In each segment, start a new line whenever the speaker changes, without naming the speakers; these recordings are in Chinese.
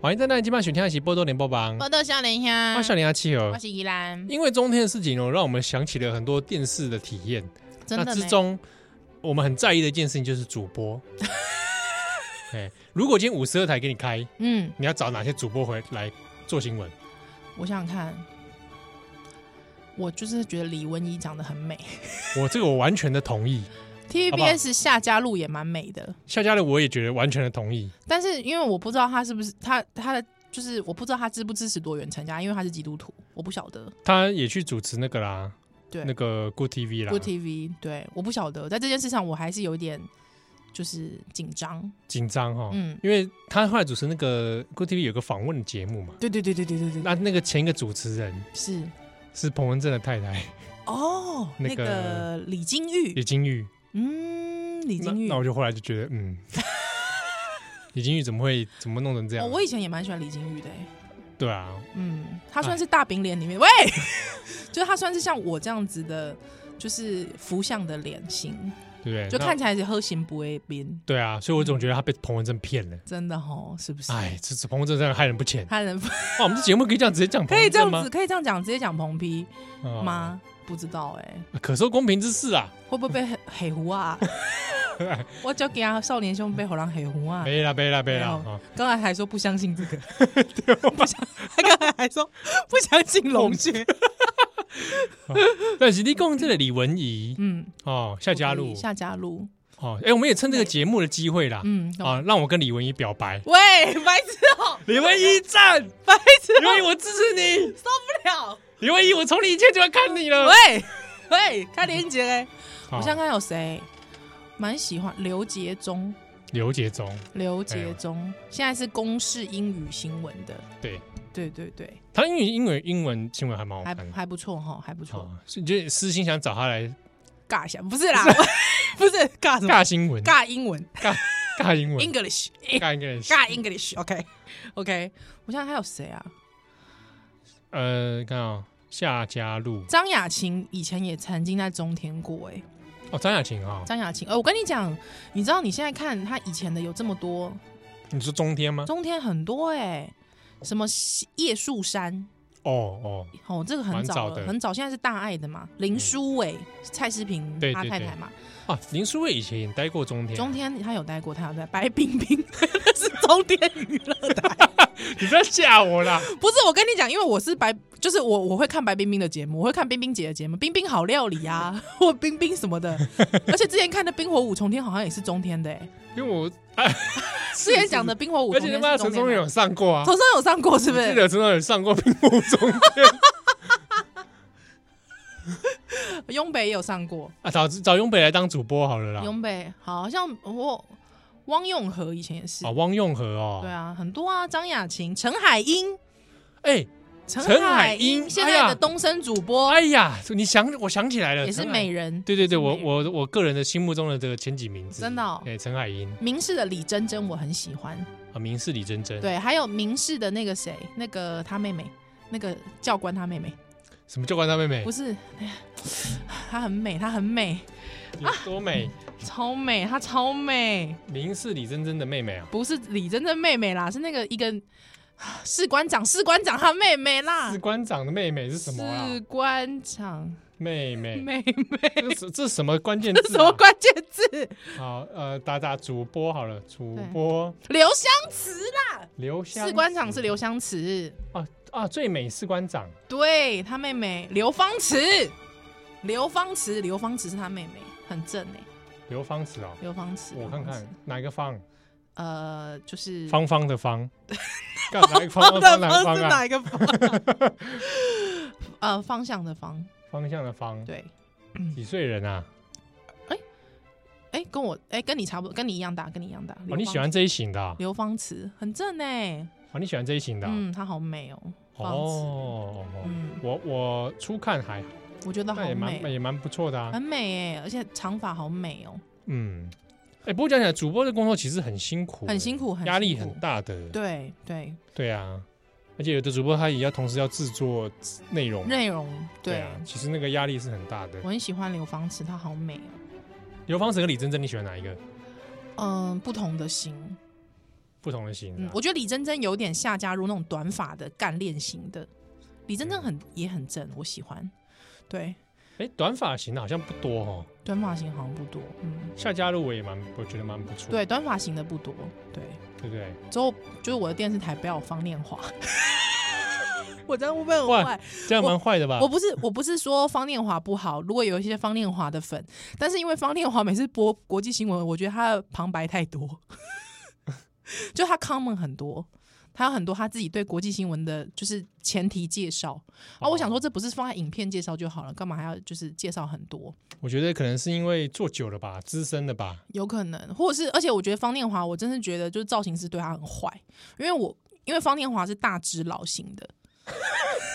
欢迎在那里今晚选听一起波多连播榜，
报道少年
我
兄
笑，脸阿七儿
我。是宜兰，
因为中天的事情哦，让我们想起了很多电视的体验。
真
那
的
之
呢
中，我们很在意的一件事情就是主 播。哎，如果今天五十二台给你开，
嗯，
你要找哪些主播回来做新闻？
我想想看，我就是觉得李玟一长得 很美
我这个我完全的同意，
，TVBS 夏家路也蛮美的，
夏家的我也觉得完全的同意。
但是因为我不知道他是不是他他的就是我不知道他支不支持多元成家，因为他是基督徒，我不晓得。
他也去主持那个啦，
对
那个 Good TV 啦
Good TV，对，我不晓得，在这件事上我还是有一点就是紧张。
紧张哈，
嗯
因为他后来主持那个 Good TV 有个访问节目嘛，
对对对对对对对，
那那个前一个主持人
是
是彭文正的太太
哦，
那
那
个
个李金
李
玉，
金玉，
嗯，李
那
金玉
那。我就后来就觉得， 嗯，李金玉怎么会怎么弄成这样？
哦，我以前也蛮喜欢李金玉的、欸，
对啊，
嗯，他算是大饼脸里面，喂， 就是他算是像我这样子的，就是福相的脸型，
对不对？
就
哎那
看起来是喝型不会边，
对啊，所以我总觉得他被彭文正骗了。
真的吼，是不是？
哎，这这彭文正真的害人不浅。
他人
哇，我们这节目可以这样直接讲彭
可以
文
这
正
样
吗
子，？可以这样讲，直接讲彭批
啊
吗？不知道哎、
可受公平之事啊！
会不会被黑黑胡 啊？我就给他少年兄被火狼黑胡啊！
没啦，没啦，没啦
没有
啊！
刚才还说不相信这个，
哦
不相，他刚才还说不相信龙穴，
但是你讲这个李文怡
嗯，
哦，夏家路
夏嗯家路，
哦，哎，我们也趁这个节目的机会啦，
嗯，干嘛
啊，让我跟李文怡表白。
喂，白痴哦、
李文怡赞，
白痴
李文怡我支持 你，
不了，
李文怡我从你以前就要看你了。
喂喂，开连接嘞！
好
我想看有谁蛮喜欢刘杰忠，
刘杰忠，
刘杰
哎
忠现在是公视英语新闻的，
对
对对对，
他英语英文英文新闻还蛮好
还
看的
还不错哈，还不错，嗯
啊，所以你就私心想找他来
尬一下不是啦， 不是尬什么
尬新闻，
尬英文
尬英文，
English
尬一个人，
尬 English，OK OK，我想想还有谁啊？
呃，看啊，夏家路
张雅琴以前也曾经在中天过、欸，哎，
哦，张雅琴啊，
张雅琴，呃，我跟你讲，你知道你现在看她以前的有这么多，
你说中天吗？
嗯中天很多哎、什么西叶树山
哦哦，
哦，这个很
蛮
早
早
了，
的嗯
很早，现在是大爱的嘛，林书伟、蔡诗萍
对
他
对
太
对
太嘛，
啊，林书伟以前也待过中天，
中天他有待过，他有在白冰冰 是中天娱乐 台，
你不要吓我 啦！
不是我跟你讲，因为我是白，就是我我会看白冰冰的节目，我会看冰冰姐的节目，冰冰好料 理啊，或冰冰什么的，而且之前看的冰火五重天好像也是中天的、欸，
因为我
之前讲的冰火五
而
重
且
天
他
是
妈
中
陈
天
忠
的
远有上过啊
头，上有上过是不
记
是？
得陈忠远上过屏幕中 间
雍北也有上过，
啊，找找雍北来当主播好了啦。
永北好像我汪永和以前也是，
啊，汪用和哦，
对啊，很多啊，张雅琴、陈海英、
哎
陈
陈海
海
英
现
哎
在
呀
的东升主播、
哎呀，你想我想起来了，
也是
陈海
美。人，
对对对，
是
我
美人
我我个人的心目中的这个前几名之一
真的哦
哎，陈海英
明视的李珍珍我很喜欢，
啊，明事李真真，，
对，还有明视的那个谁，那个他妹妹，那个教官他妹妹，
什么教官他妹妹
不，是，哎呀她很美，她很美，
有多美？
超美，她超美，
明事李真真的妹妹啊，
不是李珍珍妹妹啦，是那个一个士官长，士官长他妹妹啦
士，官长的妹妹是什么啊啦？
士官长
妹妹，
妹妹。
这个是这是什么关键
这
字
什么
啊？
关键字？
好，呃，打打主播好了，主播
刘湘慈啦，
刘湘
士官长是刘湘慈，
啊啊，最美士官长
对他妹妹刘芳慈，刘芳慈，刘芳慈是他妹妹，很正哎、
刘芳子哦，
刘芳慈，
我
刘
看
芳慈
看，哪一个芳？
呃，就是
芳芳的芳，干哪一个
方
芳？芳哪
方
一个
是
芳啊？
哪一个方？ 呃，方向的方，
方向的方，
对，嗯
几岁人啊？
哎、跟我哎、跟你差不多，跟你一样大，跟你一样大。刘
哦，你
芳
喜欢这一型的啊？
刘芳慈，很正哎、
哦，你喜欢这一型的啊？
嗯，她好美哦、
哦
芳子
哦，哦
嗯，
我我初看还好，
我觉得好
那也蛮
美，
也蛮不错的啊
很。美哎、而且长发好美哦、
嗯，哎，不过讲起来，主播的工作其实很辛苦，
很辛苦，很
压力
辛苦
很大的。
对对，
对啊，而且有的主播他也要同时要制作内容嘛，
内容对
啊，其实那个压力是很大的
我。很喜欢刘芳慈，她好美哦。
刘芳子和李真真，你喜欢哪一个？
嗯，不同的型，
不同的型、
嗯
啊，
我觉得李真真有点下加入那种短发的干练型的，李真真
嗯
很、也很正，我喜欢。对，
哎、短发型的好像不多哦，
短发型好像不多，嗯，
夏家路我也蛮，我觉得蛮不错，
对，短发型的不多。对，
对不对？
之后就是我的电视台不要有方念华， 我这样会不会很
哇
坏？
这样蛮坏的吧
我？不是我不是说方念华不好，如果有一些方念华的粉，但是因为方念华每次播国际新闻，我觉得他的旁白太多， 就他 comment 很多，他有很多他自己对国际新闻的就是前提介绍啊。我想
哦
说，这不是放在影片介绍就好了，干嘛还要就是介绍很多？
我觉得可能是因为做久了吧，资深了吧，
有可能，或者是而且我觉得方念华，我真是觉得就是造型师对他很坏，因为我因为方念华是大只老型的，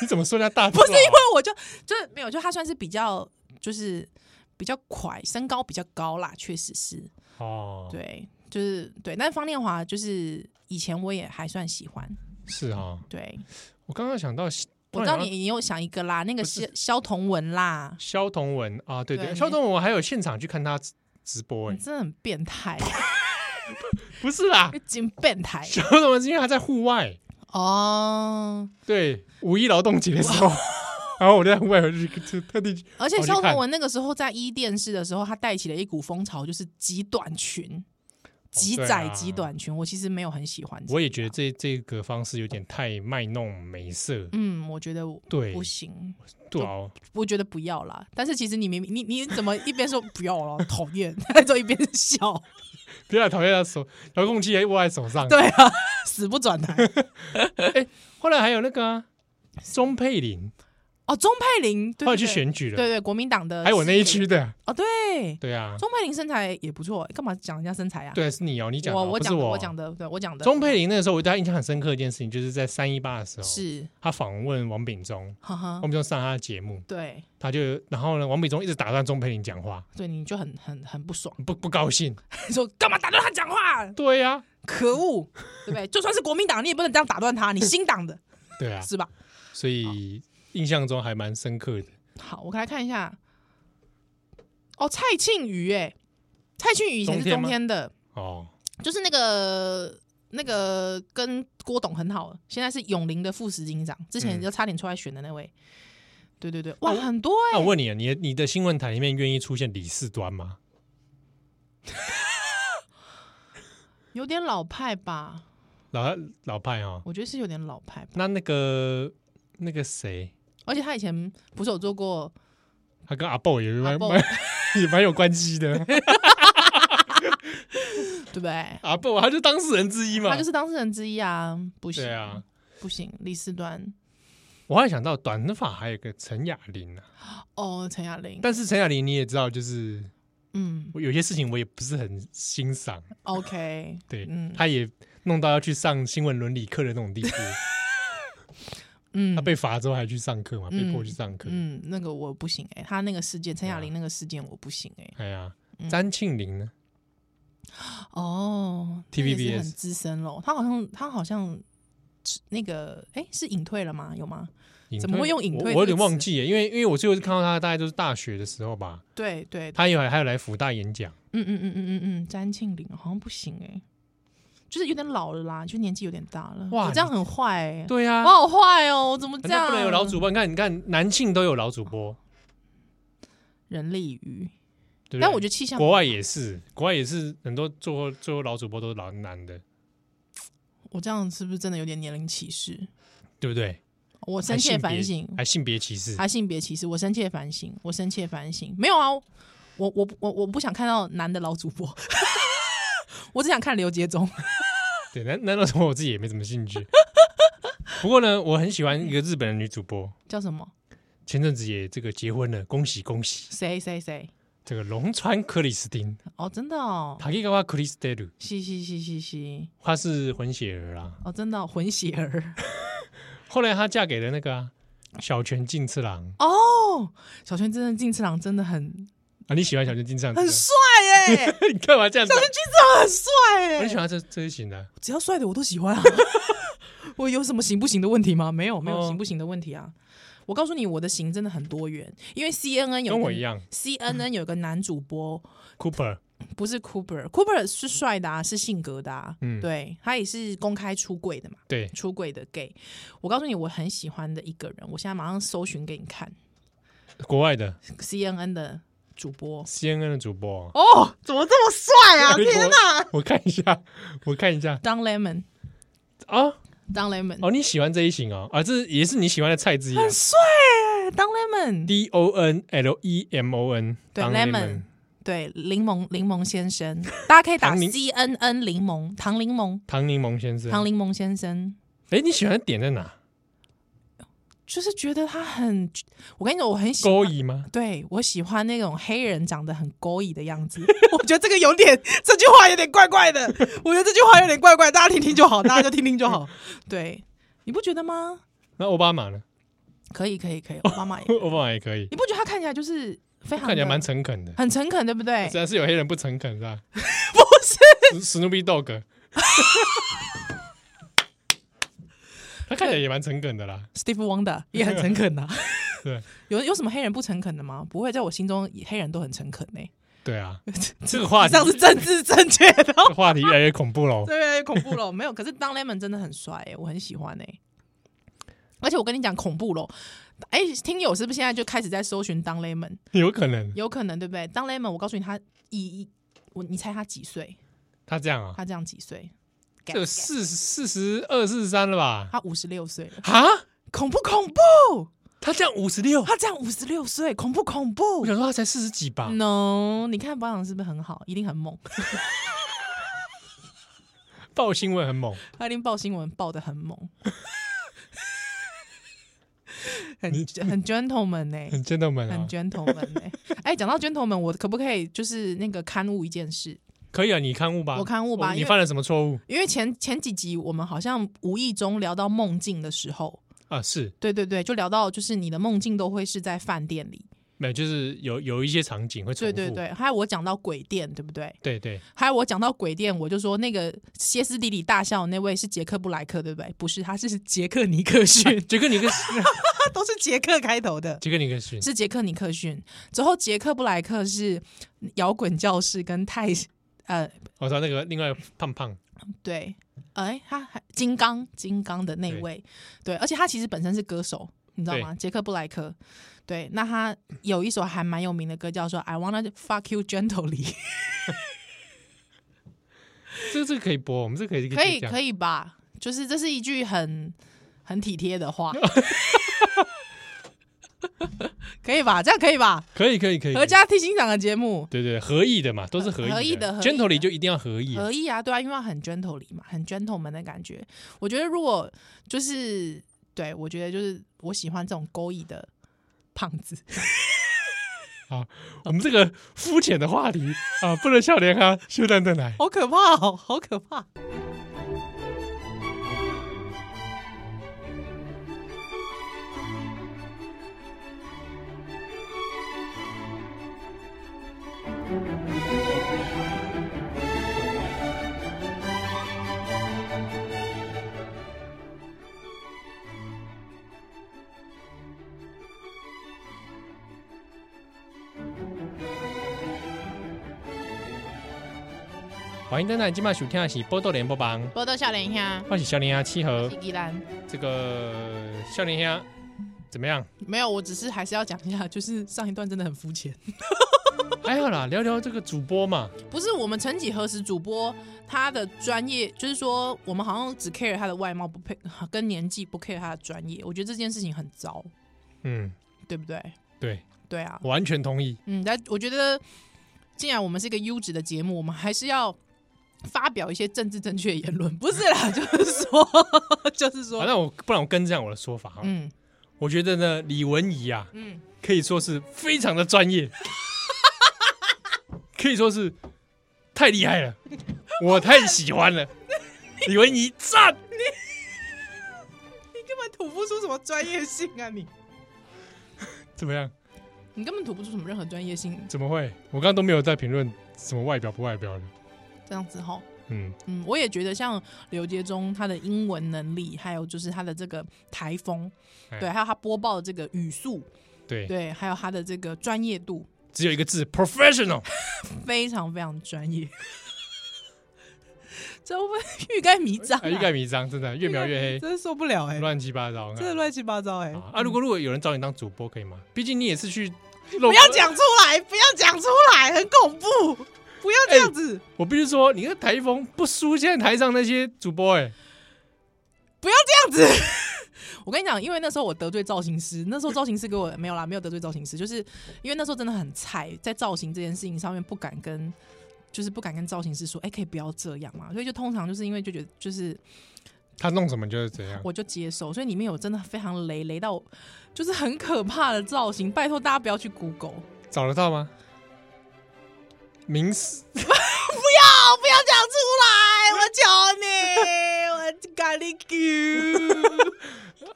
你怎么说人家大？啊不是因为
那 我就就是没有，就他算是比较就是比较快，身高比较高啦，确实是
哦，
对，就是对。但方念华就是以前我也还算喜欢，
是哈、
对
我刚刚想到，
我
突然
知道
想到
你你有想一个啦，那个
不是
萧萧同文啦，
萧同文啊，对对，
对嗯
萧同文我还有现场去看他直直播，
你
哎，
真的很变态，
不是啦，
真变态
萧同文是因为他在户外，
哦。
对，五一劳动节的时候， 然后我就在户外，我就就特地去
而且
我去
萧
哦看
同文那个时候在一电视的时候，他带起了一股风潮，就是极短裙。极
对
窄
啊
极短裙，我其实没有很喜欢。
我也觉得，这这个方式有点太卖弄美色，
嗯，我觉得我
对
不行。
对啊，
我觉得不要啦，但是其实你明明你你怎么一边说不要了， 讨厌，还就一边笑，
不要讨厌他手遥控器还握在手上。
对啊，死不转台。
后来还有那个啊钟佩玲，
哦，钟佩玲，对
后来
对
去
对，
选举
对
了，
对，国民党的，
还有我那一区的，
哦，对，
对啊，
钟佩玲身材也不错，哎干嘛讲人家身材啊？，
对，是你哦，你讲的
我
哦
我
不是
讲的，
我
我讲的，对我讲的，
钟佩玲那个时候，我对她印象很深刻的一件事情，就是在三一八的时候，
是，
她访问王炳忠，
哈哈
王，炳忠上她的节目，
对
她就然后呢，王炳忠一直打断钟佩玲讲话，
对，你就很很很不爽，
不不高兴。
说干嘛打断他讲话？
对啊呀、
可恶，对不对？就算是国民党，你也不能这样打断他，你新党的
对 啊，
是吧？
所
哦
以印象中还蛮深刻的。
好，我来看一下。哦，蔡庆瑜，哎，蔡庆瑜以前是
中天
中
吗
天的，
哦，
就是那个那个跟郭董很好，现在是永林的副执行长，之前
嗯
就差点出来选的那位。对对对，哇，
哦
很多
那
哎、
我问你啊，你的你的新闻台里面愿意出现李四端吗？
有点老派吧？
老老派哦，
我觉得是有点老派吧。
那那个那个谁，
而且他以前不是有做过
他跟阿豹也蛮
阿豹
蛮也蛮有关系的。
对不对？
阿豹他就当事人之一嘛
他就。是当事人之一啊，不行，
对啊，
不行，李四端
我还想到短发还有一个陈雅玲啊，
哦，陈雅玲，
但是陈雅玲你也知道，就是
嗯
我有些事情我也不是很欣赏，
，OK，
对，
嗯
他也弄到要去上新闻伦理课的那种地步，
嗯
他，被罚之后还去上课嘛，
嗯
被迫去上课。
嗯，那个我不行哎、他那个事件，陈
对啊
雅玲那个事件我不行哎、
哎呀
嗯，
詹庆林呢？
哦
TVBS
那也是很资深咯，他好像他好像那个哎、是隐退了吗？有吗？
隐退
怎么会用隐
我
退这个
我有点忘记耶，因为因为我最后看到他大概就是大学的时候吧，
对对，
他有还有来福大演讲，
嗯嗯嗯嗯嗯嗯，詹庆林好像不行哎、就是有点老了啦，就年纪有点大了。
哇
我这样很坏哎、
对呀
我，好坏哦，我怎么这
反正
样？
不能有老主播，你看你看男性都有老主播，
人力鱼，
对不对？
但我觉得气象
国外也是，国外也是很多最后最后老主播都是老男的，
我这样是不是真的有点年龄歧视？
对不对？
我深
还性
切
别
反省，啊
还性别歧视，
还性别歧视，我深切反省，我深切反省。没有啊，我我我我不想看到男的老主播， 我只想看刘杰忠。
对，那那那时候我自己也没什么兴趣。不过呢，我很喜欢一个日本的女主播，
叫什么？
前阵子也这个结婚了，恭喜恭喜！
谁谁谁？
这个龙川克里斯汀，
哦，真的哦，
塔吉高瓦克里斯蒂鲁，
嘻嘻嘻嘻嘻，
她是混血儿啦。
哦，真的、哦、混血儿
后来她嫁给了那个、啊、小泉进次郎
哦。小泉真的进次郎真的很
啊，你喜欢小泉进次郎？
很
对
帅耶、
不对你干嘛这样子啊、
很帅耶、
我很喜欢这这一型的、啊
只要帅的我都喜欢啊。 我有什么行不行的问题吗？没有，没有
哦
行不行的问题啊。我告诉你，我的型真的很多元，因为 CNN 有
跟我
个
一样。
CNN 有个男主播，
Cooper
不是 Cooper，Cooper 是帅的啊，是性格的啊，
嗯
对他也是公开出柜的嘛，
对，
出柜的 gay。我告诉你，我很喜欢的一个人，我现在马上搜寻给你看
国外的
，CNN 的主播
CNN 的主播，
哦
怎么这么
哎
帅 啊！
我
天哪，
我看一下，我看一下
，Don Lemon，Don
啊，
Lemon，、
哦，你喜欢这一型哦，啊，这也是你喜欢的菜之一啊
很帅欸，Don Lemon，
，D O N L E M O N，
对
Don
，Lemon，对，柠檬柠檬先生，大家可以打
唐柠
CNN 柠檬，唐柠檬，
唐柠檬先生，
唐柠檬先生。
哎，你喜欢的点在哪？
就是觉得他很，我跟你讲，我很喜
勾
欢，
引吗？
对我喜欢那种黑人长得很勾引的样子。 我觉得这个有点，这句话有点怪怪的。我觉得这句话有点怪怪，大家听听就好，大家就听听就 好。对，你不觉得吗？
那奥巴马呢？
可以，可以， 可以，我妈妈也，
奥巴马也可以，
你不觉得他看起来就是非常
看起来蛮
的
诚恳的。
很诚恳，对不对？
虽然是 有黑人不诚恳是 吧？
不是，
史史努比 dog，他看起来也蛮诚恳的啦。
Steve Wonder 也很诚恳呐、
对，
有有什么黑人不诚恳的吗？不会，在我心中黑人都很诚恳呢、
对啊，这个话
以
题
上是政治正确的 哦，
这个话题越来越恐怖了。
对，恐怖咯，没 有，可是当 Lemon 真的很帅、欸，我很喜欢哎、而且我跟你讲，恐怖咯。哎、听友是不是现在就开始在搜寻当 Lemon？
有可能
有可能对不对？当 Lemon，我告诉你，他一一我你猜他几岁？
他这样啊，
他这样几岁？
这有四四十二、四十三了吧？
他五十六岁了，
啊，
恐不恐怖？
他这样五十六，
他这样五十六岁，恐不恐
我
怖
想说他才四十几
嗯
吧。
？No，你看保养是不是很好？一定很猛。
报新闻很猛，
他一定报新闻报的很猛，很很 gentleman 欸呢、
很 gentleman 啊
很，gentleman 呢、哎、讲到 gentleman，我可不可以就是那个刊物一件事？
可以啊，你刊物吧，
我刊物吧
哦
因为
你犯了什么错误
因为前前几集我们好像无意中聊到梦境的时候，
啊？是，
对对对，就聊到就是你的梦境都会是在饭店里，
没有，就是有有一些场景会重
对
复。
对对。还有我讲到鬼店，对不对？
对对，
还有我讲到鬼店，我就说那个歇斯底里大笑的那位是杰克布莱克，对不对？不是，他是 杰克尼克
，
逊
杰克尼克
他都是杰克开头的。
杰克尼克逊
是杰克尼克逊，之后杰克布莱克是摇滚教室跟泰呃
我操，那个另外胖胖，
对，哎，他还金刚金刚的那
对
位，对，而且他其实本身是歌手，你知道吗？杰克布莱克，对，那他有一首还蛮有名的歌叫做《I Wanna Fuck You Gently
这个这个可以播，我们这个可以》，
可以
讲
可以吧？就是这是一句很很体贴 的话， 可以吧？这样可以吧？
可以可以可以，
合家听欣赏的节目。
对对合意的嘛，都是合
合
意
意的合意的
gentle 里就一定要合意，
可以啊，对啊，因为他很 gently 嘛，很 gentleman 的感觉。我觉得如果就是对我觉得就是我喜欢这种勾引的胖子，
我们这个肤浅的话题啊，不能笑脸啊，休蛋蛋来。
好可怕哦，好可怕！
欢迎蛋蛋，今晚收听的是波多连播帮，
波多笑脸虾，
我是笑脸鸭七
我
和
是依兰。
这个笑脸鸭怎么样？
没有，我只是还是要讲一下，就是上一段真的很肤浅。
还哎好啦，聊聊这个主播嘛，
不是我们曾几何时，主播他的专业，就是说我们好像只 care 他的外貌，不配跟年纪，不 care 他的专业。我觉得这件事情很糟，
嗯，
对不对？
对，
对啊，
完全同意，
嗯，但我觉得，既然我们是一个优质的节目，我们还是要发表一些政治正确的言论，不是啦， 就是说，就是
好，
说，
那我不然我跟这样我的说法啊，
嗯
我觉得呢，李文怡啊，
嗯，
可以说是非常的专 业，可以说是太厉害了，我太喜欢了。李文怡赞，
你根本吐不出什么专业性啊你。
怎么样？
你根本吐不出什么任何专业性，
怎么会？我刚刚都没有在评论什么外表不外表的。
这样子哈。
嗯，
嗯，我也觉得像刘杰忠他的英文能力，还有就是他的这个台风，
哎
对，还有他播报的这个语速，
对，
对，还有他的这个专业度，
只有一个字 professional。
非常非常专业。 这会不会欲盖弥彰、啊，
啊，欲盖弥彰，真的越描越黑，
真的受不了 哎、
乱七八糟。
真的乱七八糟哎、
啊啊！如果如果有人找你当主播，可以吗？毕竟你也是去露
不要讲出来，不要讲出来，很恐怖， 不要这样子，
我必须说，你那台风不输现在台上那些主播哎、
不要这样子。我跟你讲，因为那时候我得罪造型师，那时候造型师给我没有啦，没有得罪造型师，就是因为那时候真的很菜，在造型这件事情上面不敢跟，就是不敢跟造型师说，哎、可以不要这样嘛。所以就通常就是因为就觉得就是
他弄什么就是怎样。
我就接受，所以里面有真的非常雷雷到我，就是很可怕的造型。拜托大家不要去 Google，不
找得到吗？明示
要不要讲出来，我求 你，我咖喱 Q，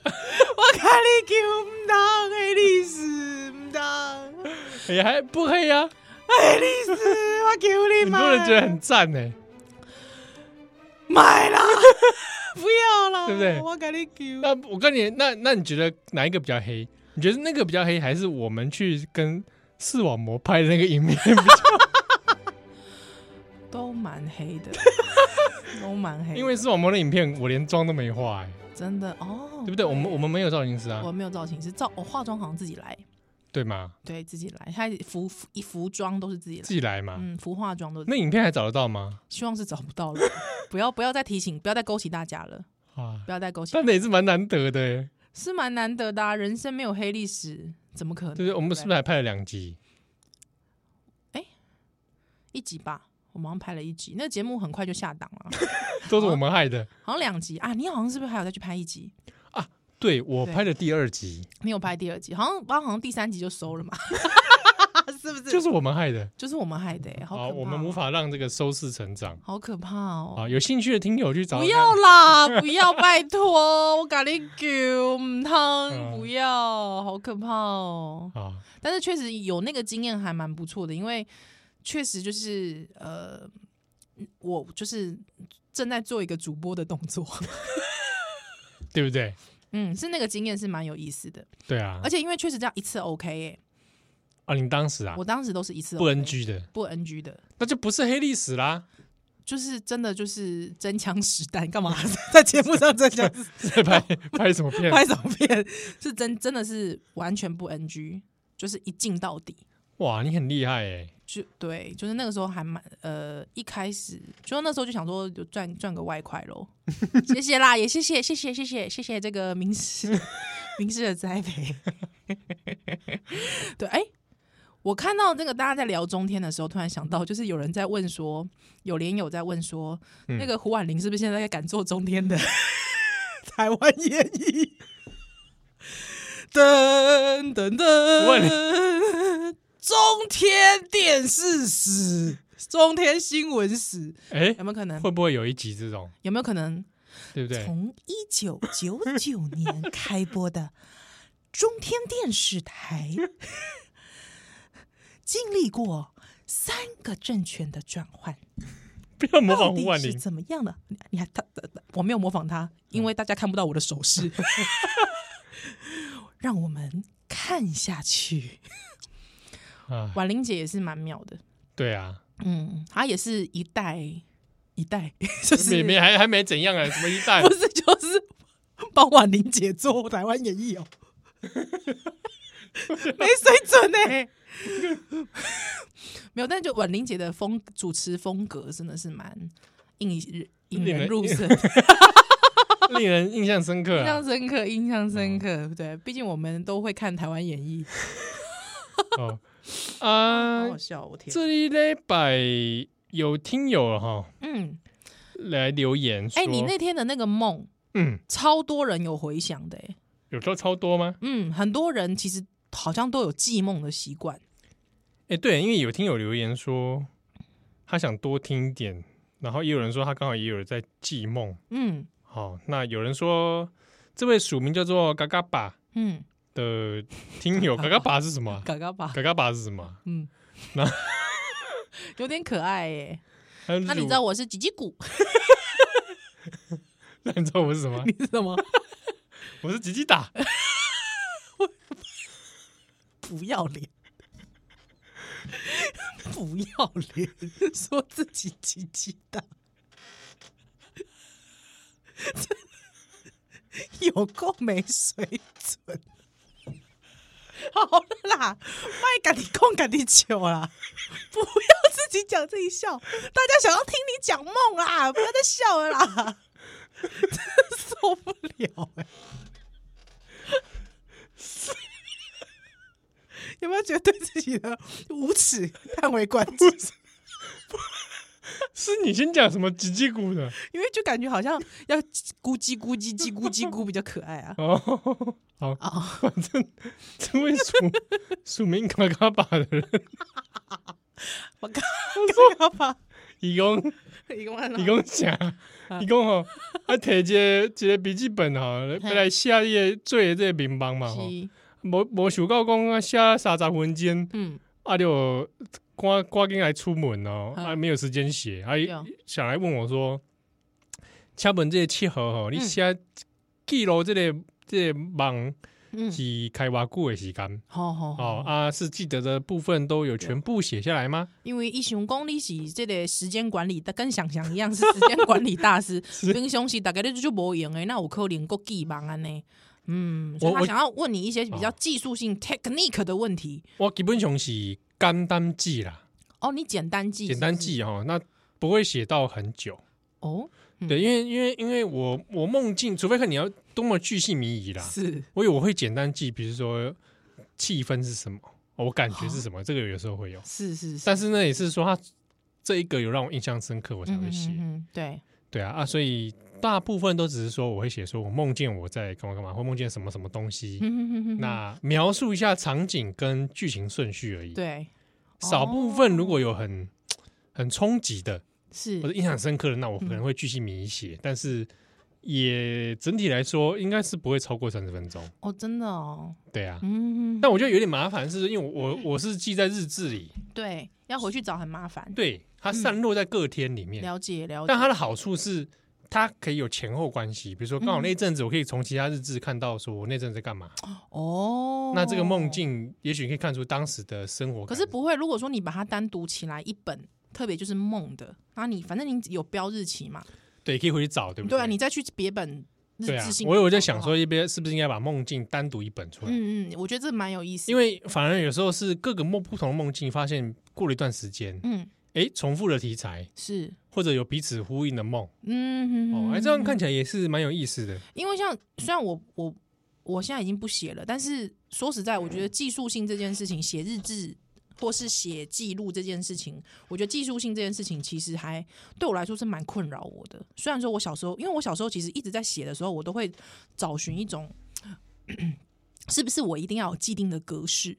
我咖喱 Q 唔当黑历史唔当
也还不黑呀、啊，
黑历史，我求你
很
买，
多人觉得很赞欸呢。
买 啦，不要啦，
对不对
我咖喱 Q，
那我跟你，那那你觉得哪一个比较黑？你觉得那个比较黑，还是我们去跟视网膜拍的那个影片比 较？
都蛮黑的，都蛮黑的，
因为视网膜的影片我连妆都没化、哎，
真的哦，
对不对？我们我们没有造型师啊
我，没有造型师，造我化妆好像自己来，
对嘛？
对自己来，他服服一服装都是自己来
自，己来嘛。
嗯，服化妆都
那影片还找得到吗？
希望是找不到了， 不要不要再提醒，不要再勾起大家了，
啊，
不要再勾起，
但那也是蛮难得的、哎
是蛮难得的、啊，人生没有黑历史，怎么可能？
对不对？我们是不是还拍了两集？
哦一集吧？我们好像拍了一集，那节目很快就下档了，
都是我们害的。
好像两集啊，你好像是不是还有再去拍一集？
对我
对
拍的第二集
你有拍第二集，好像好像第三集就收了嘛， 是不是？
就是我们害的，
就是我们害的、欸，好可怕、
我们无，法让这个收视成长。
好可怕哦、
啊，有兴趣的听友去找
不
看
要啦，不要，拜托，我咖喱狗唔
嗯
汤，不要，好可怕哦。
啊，
但是确实有那个经验还蛮不错的，因为确实就是呃，我就是正在做一个主播的动作，
对不对？
嗯，是那个经验是蛮有意思的，
对啊
而，且因为确实这样一次 OK 哎、
啊，你当时啊
我当时都是一次、OK,
不 NG 的，
不 NG 的，
那就不是黑历史 啦，
就是真的就是真枪实弹，干嘛 在节目上真枪实
在拍拍什么片？
拍照片？是真真的是完全不 NG，就是一镜到底。
哇，你很厉害哎，
就对，就是那个时候还蛮呃，一开始就那时候就想说就赚赚个外快喽，谢谢啦，也谢谢谢谢谢谢谢谢这个 名师名师的栽培。 对，哎、我看到这个大家在聊中天的时候，突然想到，就是有人在问说，有连友在问说，
嗯
那个胡婉玲是不是现在在敢做 中天的台湾演艺？噔噔
婉
噔，中天电视史、中天新闻史，
哎
有，没有可能？
会不会有一集这种，
有没有可能？
对不对？
从一九九九年开播的中天电视台， 经历过三个政权的转换，
不要模
到
仿胡
底
万嗯
是
林，
怎么样的？你你还他他他我没有模仿他，因为大家看不到我的手势。 让我们看下去。
啊，
婉玲姐也是蛮妙的，
对啊，
嗯，她也是一代一代，就是
没没还还没怎样啊，什么一 代
不是就是帮婉玲姐做台湾演 绎哦，没水准呢、欸 没有，但就婉玲姐的风主持风格真的是蛮引引人入胜，
令人印象深刻
印象
啊。
深刻，印象深刻。对，毕竟我们都会看台湾演绎，
哦，
好
啊
好，哦笑，我天，
这一礼拜有听友哈
嗯，
来留言说，
哎、你那天的那个梦，
嗯，
超多人有回想的、欸，
有时候超多吗？
嗯，很多人其实好像都有记梦的习惯，
哎、对，因为有听友留言说他想多听一点，然后也有人说他刚好也有在记梦。
嗯
好、那有人说这位署名叫做嘎嘎爸
嗯，
的听 友，嘎嘎爸是什么啊？
嘎嘎吧，
嘎嘎爸是什么啊？
嗯
那，
有点可爱耶、
那
那你知道我是几吉谷？
那你知道我是什么啊？
你是什么？
我是吉吉打。
不要脸！ 不要脸，说自己鸡鸡大， 有够没水准。好了啦，卖赶紧控赶紧求啦，不要自己讲自己笑，大家想要听你讲梦啦，不要再笑了啦，真受不了哎、有没有觉得对自己的无耻叹为观止？
是你先讲什么叽叽咕的
因为就感觉好像要咕叽咕叽叽咕叽咕比较可爱啊。
哦？ 好，
啊，
反正这位署署名嘎嘎巴的人，
我刚刚要把
义工
一个万
义工讲，义工吼，啊，摕一个一个笔记本吼，来来写你的做的这个名榜嘛吼，无无想到讲啊写三十分钟，
嗯，
啊就赶赶紧来出门哦，
嗯
啊没有时间写，啊
哦
想来问我说，请问这个契合吼，你
嗯
写记录这个这个网
嗯，
是开偌久的时间？
好好好，
哦啊，是记得的部分都有全部写下来吗？
因为一想讲你是这个时间管理的，跟想想一样是时间管理大 师，平常时大概你就无用诶，那有可能够记忙安呢。啊嗯，所以
我哦
他
我
想要问你一些比较技术性 technique 的问题。
我基本上是简单记啦，
哦，你简单记，
简单
是
记哦，那不会写到很久。
不是哦，嗯
对，因为因为因为我我梦境，除非看你要多么巨细靡遗啦，
是
我以为我会简单记，比如说气氛是什么，哦我感觉
哦
是什么，这个有时候会有，
是是是，
但是那也是说他这一个有让我印象深刻，我才会写。
嗯嗯嗯对，
对啊啊，所以大部分都只是说我会写，说我梦见我在干嘛干嘛，或梦见什么什么东西。
嗯嗯嗯嗯嗯
那描述一下场景跟剧情顺序而已。，
对哦
少部分如果有很很冲击的
是
或者印象深刻的，那
嗯
我可能会继续迷写，但是也整体来说应该是不会超过三十分钟。
哦，真的哦，
对啊，
嗯，
但我觉得有点麻烦，是因为我我我是记在日志里，
对，要回去找很麻烦。
对它散落在各天里面，
嗯了解了解
但，它的好处是。它可以有前后关系，比如说刚
嗯
好那一阵子，我可以从其他日志看到说我那阵子在干嘛。
哦，
那这个梦。境，也许可以看出当时的生活感。
可是不会，如果说你把它单独起来一本，特别就是梦的，那你反正你有标日期嘛，
对，可以回去找，对不
对啊，你再去别本日
对啊
志性，，
我有在想说，，一边是不是应该把梦境单独一本出来？
嗯嗯，我觉得这蛮有意思，
因
为
为反而有时候是各个梦不同的梦境，发现过了一段时间，
嗯
哎、重复的题材
是。
或者有彼此呼应的梦，
嗯，
哦，哎、这样看起来也是蛮有意思的。
因为像虽然我我我现在已经不写了，但是说实在，我觉得技术性这件事情，写日志或是写记录这件事情，我觉得技术性这件事情其实还对我来说是蛮困扰我的。虽然说我小时候，因为我小时候其实一直在写的时候，我都会找寻一种。 是不是我一定要有既定的格式，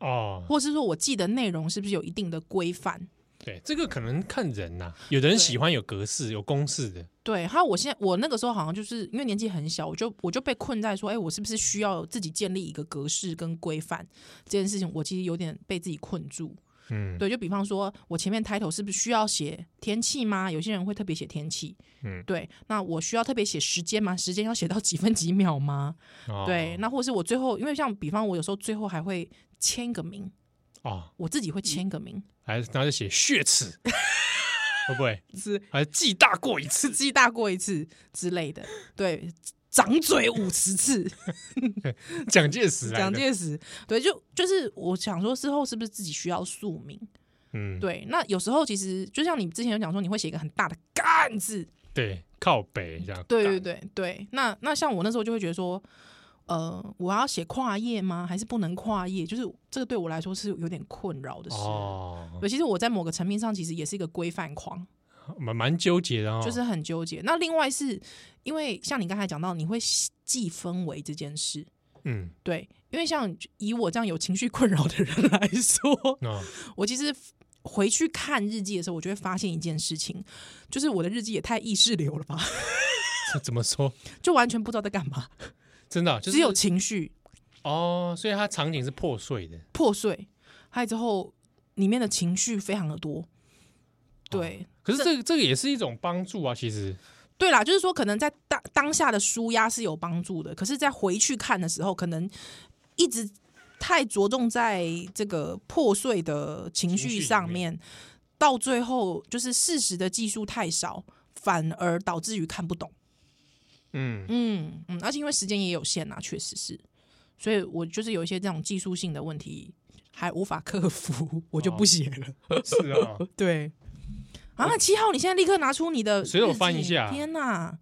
哦，
或是说我记得内容是不是有一定的规范？
对，这个可能看人呐、有的人
对
喜欢有格式、有公式的，
对，还有我现在我那个时候好像就是因为年纪很小，我就我就被困在说，哎、我是不是需要自己建立一个格式跟规范这件事情？我其实有点被自己困住。
嗯，
对，就比方说，我前面 title 是不是需要写天气吗？有些人会特别写天气，
嗯
对。那我需要特别写时间吗？时间要写到几分几秒吗？
哦
对。，那或是我最后，因为像比方我有时候最后还会签个名，
哦，
我自己会签个名，
还然后就写血耻， 会不会？
是
还记大过一次，
记大过一次之类的，对。掌嘴五十次，
蒋介石来的，
蒋介石，对，就就是我想说，之后是不是自己需要宿命？
嗯，
对，那有时候其实就像你之前有讲说，你会写一个很大的“干”字，
对，靠北这样，
对对
干，
对对。那那像我那时候就会觉得说，呃，我要写跨页吗？还是不能跨页？就是这个对我来说是有点困扰的事。
哦，
对，其实我在某个层面上其实也是一个规范狂，
蛮蛮纠结的哦，
就是很纠结。那另外是因为像你刚才讲到，你会记氛围这件事，
嗯，
对，因为像以我这样有情绪困扰的人来说，
哦，
我其实回去看日记的时候，我就会发现一件事情，就是我的日记也太意识流了吧，
这怎么说？
就完全不知道在干嘛，
真的啊、就是
只有情绪
哦，所以它场景是破碎的，
破碎，还有之后里面的情绪非常的多。对、
可是这个这个也是一种帮助啊，其实
对啦，就是说可能在当当下的舒压是有帮助的，可是，在回去看的时候，可能一直太着重在这个破碎的情
情绪
绪
里
上
面
面，到最后就是事实的技术太少，反而导致于看不懂。
嗯，
嗯嗯，而且因为时间也有限呐、确实是，所以我就是有一些这种技术性的问题还无法克服， 我就
哦
不写了。
是啊，
对。啊，七号，你现在立刻拿出你的，
随手翻一下
天哪，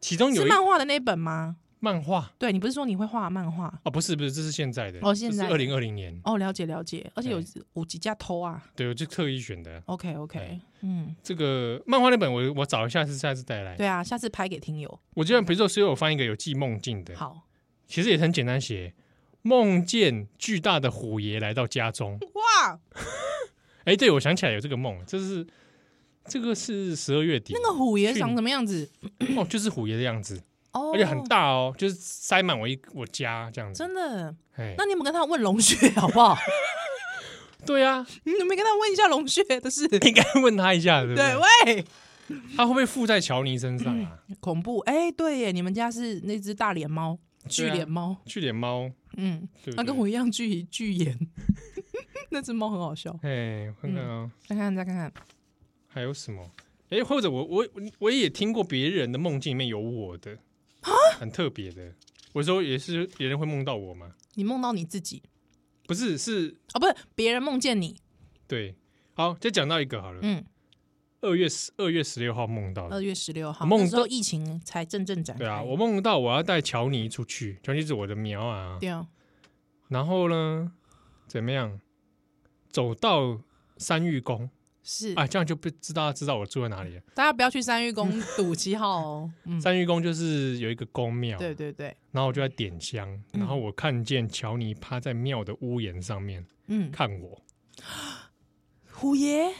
其中
是
有一
漫画的那本吗？
漫画
对你不是说你会画漫画？
哦，不是不是，这是现在的
哦现在
二零二零年，
哦，了解了解，而且有
对
有几家偷啊。
对，我就特意选的
OK OK，
对
嗯，
这个漫画那本我，我找一下次下次带来。
对啊，下次拍给听友。
我居然比如说，所以我翻一个有寄梦境的，
好，
其实也很简单写，梦见巨大的虎爷来到家中。
哇，
哎、对，我想起来有这个梦，这是这个是十二月底，
那个虎爷
去
长什么样子？
哦，就是虎爷的样子，
哦，
而且很，大哦，就是塞满我一我家这样子。
真的。
哎，
那你有没有跟他问龙穴好不好？
对啊，
你有没有跟他问一下龙穴的事？
应该问他一下，对不
对，
对？
喂，
他会不会附在乔尼身上啊？
恐怖哎，对耶，你们家是那只大脸猫，巨
对啊
脸猫，
去脸猫，
嗯，
对不
它
对？
跟我一样巨巨眼， 那只猫很好笑。
哎，我看看哦，
再看看，再看看，
还有什么？哎，或者我我我也听过别人的梦境里面有我的，很特别的。我说也是别人会梦到我吗？
你梦到你自己
不是，是
哦，不是别人梦见你。
对。好，再讲到一个好了，
嗯，
二月十二月十六号梦到的
二。月十六号，
梦
那时候疫情才正正展开。
对啊，我梦到我要带乔尼出去，乔尼是我的苗啊。
对啊，
然后呢，怎么样？走到三玉宫
是
啊，这样就不知道知道我住在哪里了。
大家不要去三玉宫赌七号哦。嗯，
三玉哦宫就是有一个宫庙，
对对对，
然后我就在点香，
嗯
然后我看见乔尼趴在庙的屋檐上面
嗯，
看我，
虎爷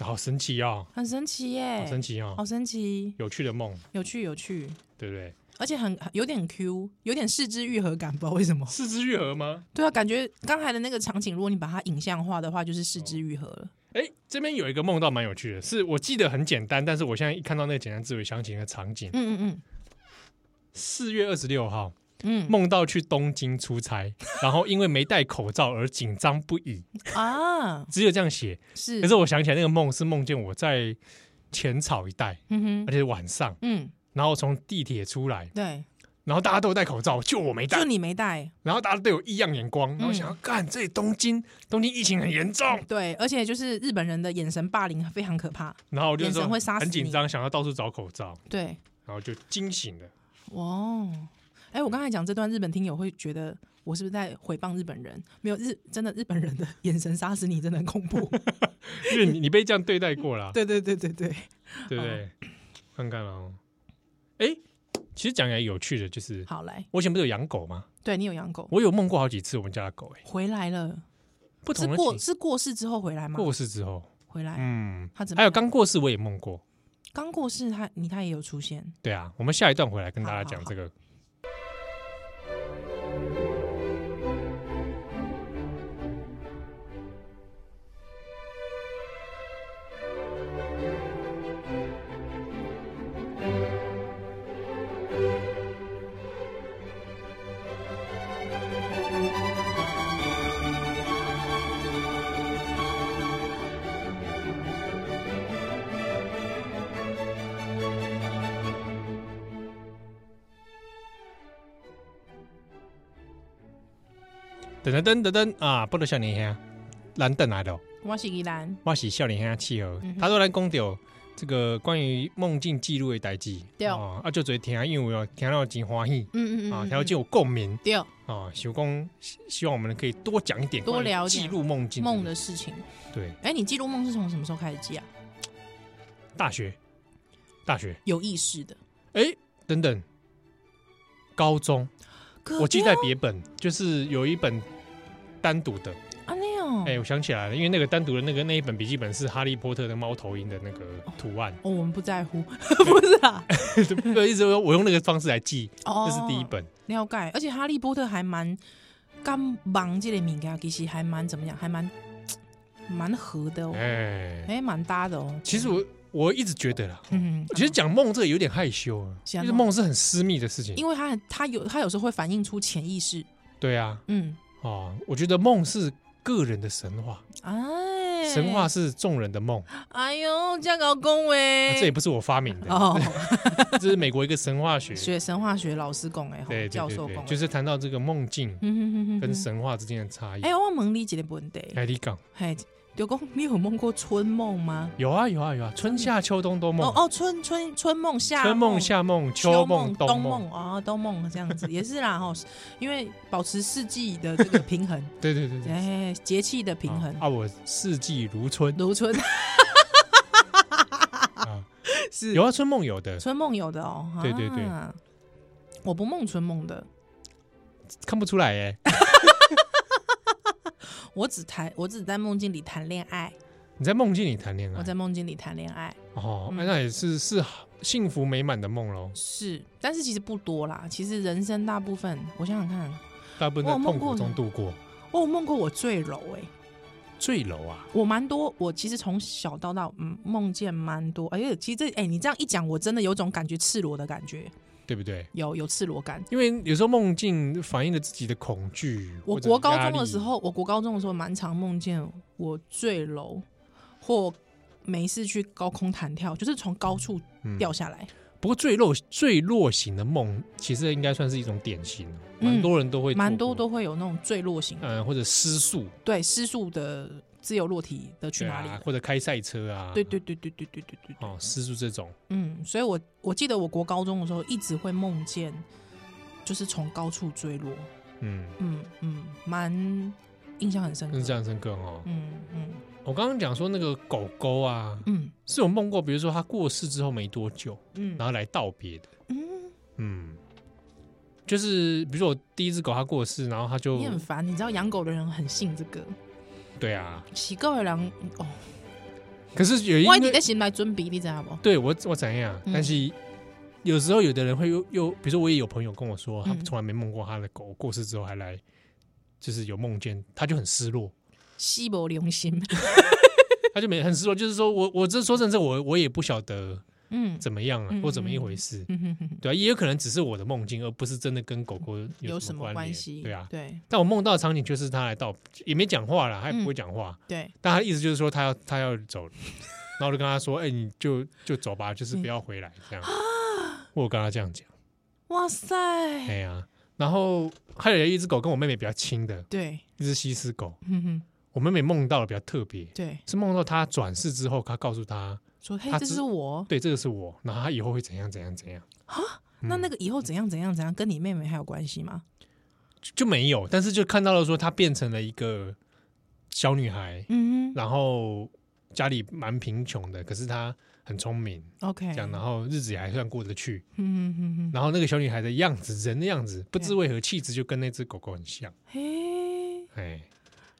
好神奇哦，
很神奇
好
耶，
神奇哦，
好神奇，
有趣的梦，
有趣有趣，
对不对？
而且很有点 Q，有点四肢愈合感，不知道为什么。
四肢愈合吗？
对啊，感觉刚才的那个场景，如果你把它影像化的话，就是四肢愈合了。
哎，这边有一个梦到蛮有趣的，是我记得很简单，但是我现在一看到那个简单字，我想起那个场景。
嗯嗯
四月二十六号，
嗯
梦到去东京出差，然后因为没戴口罩而紧张不已，
嗯啊，
只有这样写。
是，
可是我想起来那个梦是梦见我在浅草一带，
嗯
而
哼，
且晚上，
嗯，
然后从地铁出来，
对，
然后大家都有戴口罩，就我没戴
就，你没带，
然后大家对我异样眼光，然后想要干这里东京，东京疫情很严重，
嗯对，而且就是日本人的眼神霸凌非常可怕，
然后我就
眼
说
神会杀死
很
你
紧张，想要到处找口罩，
对，
然后就惊醒了。
哇哦，哎，我刚才讲这段日本听友会觉得我是不是在诽谤日本人？没有日，真的日本人的眼神杀死你，真的很恐怖。
因为你你被这样对待过了，
对对对对对，
对不对？看看哦，哎，其实讲起来有趣的就是，
好来，
我以前不是有养狗吗？
对你有养狗
我有梦过好几次我们家的狗、欸，
回来了，
不
是
同的
过
情
是过世之后回来吗？
过世之后，
回来，
嗯，
他怎么
还
样？
有刚过世我也梦过，
刚过世他，你他也有出现。
对啊，我们下一段回来跟大家讲
好好
这个。噔噔噔噔噔啊，不能笑年兄，蓝灯来的哦，
我是依兰，
我是笑年兄契合
嗯哼。
他说来公掉这个关于梦境记录的代志，
对
哦啊，就最听，因为我有听到真欢喜
嗯嗯嗯
啊，
嗯，
听到
嗯
就有共鸣
对
啊，小公希希望我们可以多讲一点，
多聊一点
记录梦境
梦的事情。
对
哎，你记录梦是从什么时候开始记啊？
大学，大学
有意识的，
哎等等，高中。我记在别本，就是有一本单独的。
啊那样。
哎、我想起来了，因为那个单独的那个那一本笔记本是哈利波特的猫头鹰的那个图案，
哦，我们不 在乎，不是啊。
我一直说我用那个方式来记，
哦，
这是第一本。
了解，而且《哈利波特》还蛮干忙这类物件，其实还蛮怎么讲，还蛮蛮合的哦，
哎、
哎，蛮搭的哦。
其实我我一直觉得啦，
嗯，
其实讲梦这个有点害羞啊，
讲
就
梦
是梦是很私密的事情。
因为他他有他有时候会反映出潜意识，
对啊，
嗯，
哦，我觉得梦是个人的神话，
哎，
神话，是众人的梦，
哎呦，这样搞恭
啊
维，
这也不是我发明的，
哦，
这是美国一个神话学，
学神话学老师讲的吼，
对对
教
对
授讲
对，
的，
就是谈到这个梦境
嗯哼哼哼哼
跟神话之间的差异
哎、。我问你一个问题，
哎，你讲
嘿，就讲你有梦过春梦吗？
有啊有啊有啊，春夏秋冬都
哦
梦，
哦，春春春梦、夏
春梦、夏梦、
秋
秋梦、
冬
冬梦，
哦，冬梦这样 子也是啦吼，因为保持四季的这个平 衡，
对对对对，
哎，节气的平衡
啊，啊我四季如春
如春
哦 啊，
是
有啊，春梦有的，
春梦有的哦，
对对对
啊我不梦春梦的，
看不出来 哎，
我只谈，我只在梦境里谈恋爱，
你在梦境里谈恋爱
我，在梦境里谈恋爱
哦，
嗯
哎那也是是幸福美满的梦喽，
是，但是其实不多啦，其实人生大部分，我想想看，
大部分
我
在
有梦
痛
过
苦
呢
中度过。
我有梦过我坠楼哎、
坠楼啊，
我蛮多，我其实从小到大，嗯，梦见蛮多。而且其实这，哎、你这样一讲，我真的有种感觉赤裸的感觉，
对不对？
有有赤裸感。
因为有时候梦境反映了自己的恐惧。
我
或者
国高
压
中的
力
时，候，我国高中的时候蛮常梦见我坠楼，或没事去高空弹跳，就是从高处
嗯
掉下来。
不过坠落坠落型的梦，其实应该算是一种典型，
嗯
蛮多人都会做过，
蛮多都会有那种坠落型，
嗯，或者失速，
对失速的自由落体的去
对
哪里
啊
了？
或者开赛车啊，
对对对对对对对对对，
哦，失速这种，
嗯，所以我我记得我国高中的时候一直会梦见，就是从高处坠落，
嗯，
嗯嗯，蛮印象很深刻
印，象深刻哦。
嗯嗯
我刚刚讲说那个狗狗啊，
嗯
是有梦过，比如说它过世之后没多久，
嗯
然后来道别的，
嗯，
嗯。就是比如说我第一只狗它过世，然后它就
你很烦，你知道养狗的人很信这个，
对啊，
洗狗的人哦，
可是有一
万一
个
你的心来尊比，你知道不？
对我我怎样？
嗯
但是有时候有的人会又又，比如说我也有朋友跟我说，他
嗯
从来没梦过他的狗过世之后还来，就是有梦见，他就很失落，
西伯良心，
他就没很失落，就是说我我这说真的，我我也不晓得
嗯
怎么样了、
嗯
或怎么一回事。
嗯哼哼，
对啊，也有可能只是我的梦境，而不是真的跟狗狗
有
什
什
么
么
关
关
联
系？
对啊，
对
但我梦到的场景就是他来到，也没讲话了，他
嗯
也不会讲话，
对，
但他意思就是说他要他要走了，然后我就跟他说：“哎、你就就走吧，就是不要回来这样。”我有跟他这样讲，
哇塞，
哎呀、然后还有一只狗跟我妹妹比较亲的，
对，
一只西施狗，
嗯哼，
我妹妹梦到了比较特别，
对，
是梦到她转世之后，她告诉她，
说嘿
他，
这
知
是我，
对，这个是我，然后她以后会怎样怎样怎样，嗯
那那个以后怎样怎样怎样，跟你妹妹还有关系吗？
就就没有，但是就看到了说她变成了一个小女孩，
嗯
然后家里蛮贫穷的，可是她很聪明，
哼，OK，
这样，然后日子也还算过得去。
嗯哼哼哼，
然后那个小女孩的样子，人的样子，不知
对
为何气质就跟那只狗狗很像。
嘿，
哎，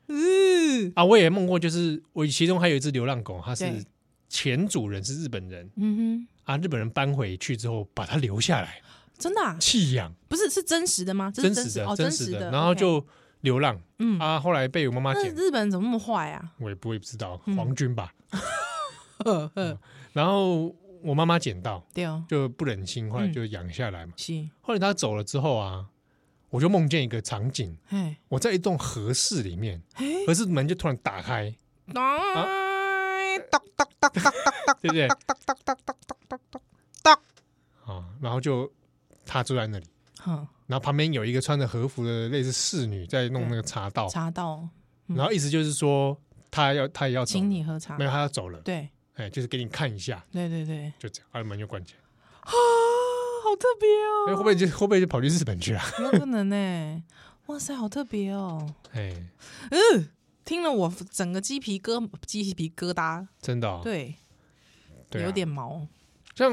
嗯
啊，我也梦过，就是我其中还有一只流浪狗，它是
对
前主人是日本人
嗯
啊，日本人搬回去之后把它留下来
哼，真的、啊、
弃养，
不是是真实的吗？这是
真
真
实的
哦，
真
真
实的，
的，
然后
OK
就流浪
嗯，
啊，后来被我妈妈
那
捡，
日本人怎么那么坏 啊？
我也不会不知道
嗯
皇军吧，
呵呵，
然后我妈妈捡到
对哦，
就不忍心，后来
嗯
就养下来嘛。
是，
后来它走了之后啊，我就梦见一个场景，
嘿，
我在一栋和室里面，
嘿，
和室门就突然打开。
哎，哒哒哒哒哒哒，
对不 对？
哒哒哒哒哒哒哒，
啊，然后就他坐在那里，
哼，
然后旁边有一个穿着和服的类似侍女在弄那个茶道，
茶道，嗯
然后意思就是说他要他也要走了，
请你喝茶
没，有他要走了，
对
哎，就是给你看一下，
对对对，
就这样，把门就关起来。
啊，好特别哦
哎，会不会就会不会就跑去日本去了？啊
有 可能呢、哇塞，好特别哦！
哎，
嗯，听了我整个鸡皮疙鸡皮疙瘩，
真的哦，
对，
对啊
有点毛。
像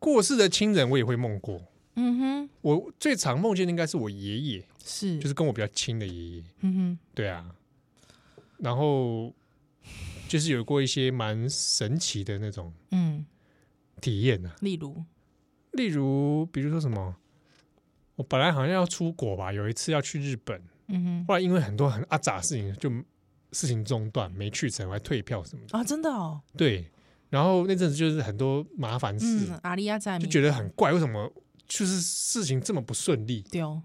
过世的亲人，我也会梦过。
嗯哼，
我最常梦见的应该是我爷爷，
是，
就是跟我比较亲的爷爷。
嗯
对啊，然后就是有过一些蛮神奇的那种
哼，嗯，
体验啊。
例如，
例如，比如说什么，我本来好像要出国吧，有一次要去日本，
嗯
后来因为很多很阿杂的事情，就事情中断，没去成，我还退票什么的。
哼，啊，真的哦，
对，然后那阵子就是很多麻烦事，
嗯，阿利亚在
就
米
觉得很怪，为什么就是事情这么不顺利？
丢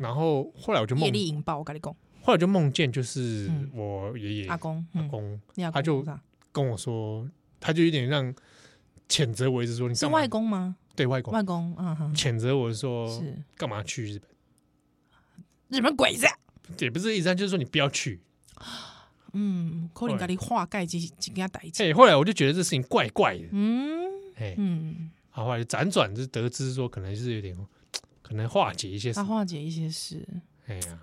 然后后来我就
哦嗯业
梦，
力引爆，我跟你讲，
后来就梦见就是
嗯
我爷爷、
阿公，
阿
嗯，
公
你阿
他
公
就
多大
跟我说，他就有点让谴责我，一直说你
是
干嘛哦
外公吗？
对外公
外公，嗯哼，
谴责我说
是
干嘛去日本，
日本鬼子。
也不是意思，他就是说你不要去。
嗯，可
后
能
来
跟你化解这这件代志。
哎，后来我就觉得这事情怪怪的，
嗯
哎，
嗯，
然后后来辗转就得知说，可能是有点哦可能化解一些事
他，化解一些事，
哎呀，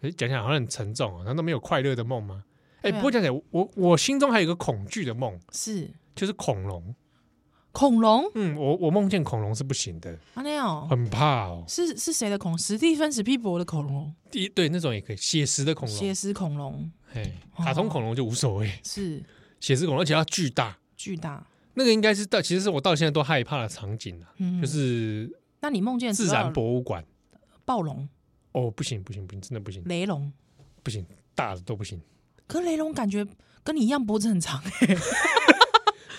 哎，讲起来好像很沉重哦，难道没有快乐的梦吗？哎，
对啊
不过讲起来，我我心中还有一个恐惧的梦，
是
就是恐龙。
恐龙
嗯，我我梦见恐龙是不行的，
阿那哦，
很怕哦。
是是谁的恐？史蒂芬史皮博的恐龙，
第一对那种也可以，写实的恐
写
龙，
实恐龙
哎，
哦
卡通恐龙就无所谓，
是
写实恐龙而且要巨大，
巨大。
那个应该是到其实是我到现在都害怕的场景啊，
嗯，
就是
那你梦见
自然博物馆。
暴龙、
哦，不行不行不行，真的不行
雷龙，
不行，大的都不行。
可雷龙感觉跟你一样脖子很
哎
长，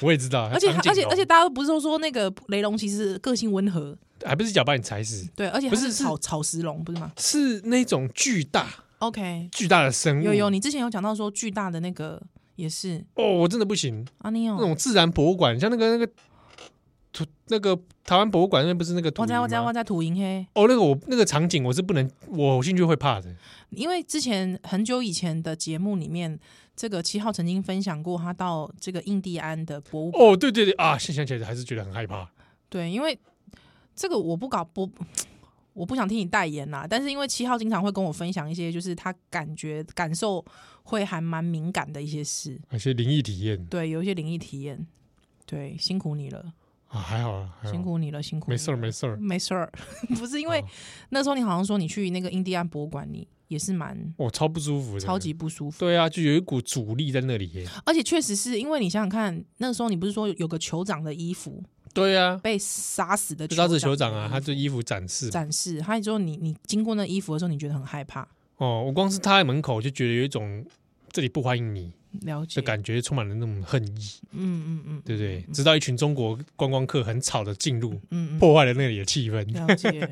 我也知道，哦
而且
长
而
颈
且
龙
而且大家都不是都说那个雷龙其实个性温和，
还不是一脚把你踩死，
对，而且它
不是是
草草食龙不是吗
是那种巨大
？OK，
巨大的生物。
有有，你之前有讲到说巨大的那个也是
哦，我真的不行，
阿尼
那
哦，
种自然博物馆，像那个那个土那个台湾博物馆那边不是那个土
我
鱼
在我在我
吗？
在土银黑，
哦，那个我那个场景我是不能，我兴趣会怕的。
因为之前很久以前的节目里面，这个七号曾经分享过他到这个印第安的博物馆，
哦，对对对啊，现在想起来还是觉得很害怕。
对，因为这个我不搞不。我不想听你代言啦，但是因为七号经常会跟我分享一些，就是他感觉感受会还蛮敏感的一些事，
而且灵异体验
对，有一些灵异体验，对，辛苦你了，
啊，还好啦，还好
辛，苦你了，辛苦你
没
了，
事儿没事儿。
没事儿， 不是因为
哦
那时候你好像说你去那个印第安博物馆，你也是蛮
我超不舒服的，
超级不舒服，
对啊，就有一股阻力在那里耶。
而且确实是因为你想想看，那时候你不是说有个酋长的衣服
对啊，
被杀死的
就当时酋长
的
啊，
衣
他
服
这衣服展示
展示，还有之后你你经过那衣服的时候，你觉得很害怕，
哦，我光是他在门口就觉得有一种这里不欢迎你
了解
的，感觉，充满了那种恨意，
嗯嗯嗯，
对不对？直到一群中国观光客很吵的进入，
嗯嗯，嗯
破坏了那里的气氛。
了解，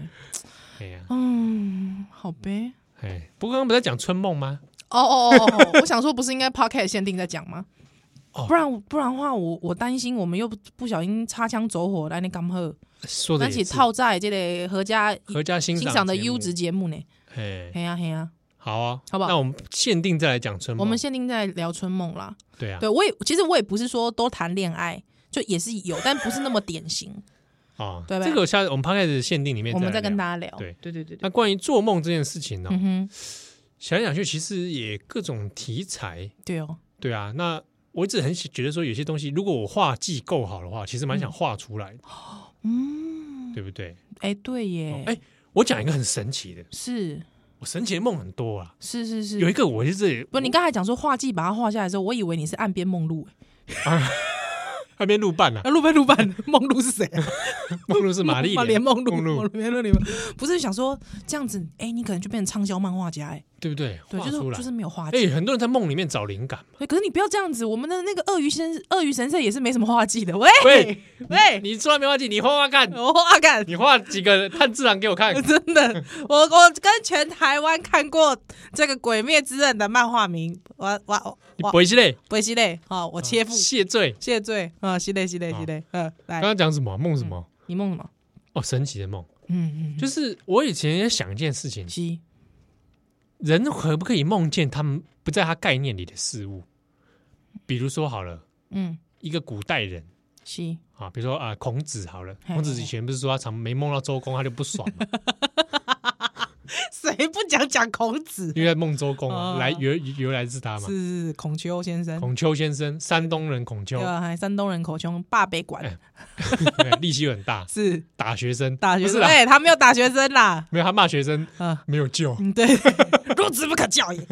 哎呀，
嗯，好呗。
哎，不过刚刚不是在讲春梦吗？
哦哦哦哦 哦，我想说，不是应该 podcast 限定在讲吗？
哦
不然不然的话，我我担心我们又不不小心擦枪走火，来你干喝，
说的
咱
也
是
是，
套在这个合家
合家欣
欣赏的
节目
优质。节目呢。
哎，
嘿呀嘿呀，
好啊，
好不好
那我们限定再来讲春
我
梦。
们限定在聊春梦啦。
对啊，
对我也其实我也不是说都谈恋爱，就也是有，但不是那么 典型。
啊，
对吧
这个我下我们 p 开始限定里面，
我们再跟大
家。
家聊。
对
对对对对，
那关于做梦这件事情呢，
嗯哼，
想来想去，其实也各种题材，
对哦，
对啊，那我一直很喜觉得说，有些东西如果我画技够好的话，其实蛮想画出来的，
哦嗯，
对不对？
哎，对耶，
哎、我讲一个很神奇的，
是
我神奇的梦很多啊。
是是
有一
是。
个我是这里，
嗯不，你刚才讲说画技把它画下来的时候，我以为你是岸边梦 露，
那边路办啊，
哎，路边路版梦露是谁啊？
梦露是玛丽
莲梦露，
梦露
梦莲梦露，不是想说这样子，哎，你可能就变成畅销漫画家，哎，
对不对？
对，
画
就是
出来，
就是没有画
哎、
技。
很多人在梦里面找灵感嘛。
对，可是你不要这样子，我们的那个鳄鱼先鳄鱼神社也是没什么画技的，喂
喂
喂，
你出来没画技，你画画看，
我画干。。
你画几个炭治郎给我看
真的，我我跟全台湾看过这个《鬼灭之刃》的漫画名，我我
你
我
回去嘞，
不是嘞，好，我切腹
谢罪。
谢罪啊，是嘞是嘞
好
是嘞，嗯，
刚
来，
刚讲什么梦什么？
你梦什么？
哦，神奇的梦，
嗯嗯，
就是是我以前也想一件事情，
七
人可不可以梦见他们不在他概念里的事物？比如说好了，
嗯
一个古代人
七，
啊，比如说啊、孔子好了，
嘿
孔子以前不是说他常没梦到周公，他就不爽 嘛，
谁不讲讲孔子？
因为在梦周公啊，
哦
来由由来自他嘛。
是孔丘先生，
孔丘先生，山东人孔丘
对，啊吧？还山东人口腔霸北馆
哎 对力气又很大，
是
打学生，
大学
不是
生，
啦，
哎，他没有打学生啦，
没有他骂学生
啊，
没有救。
嗯， 对，孺子不可教也。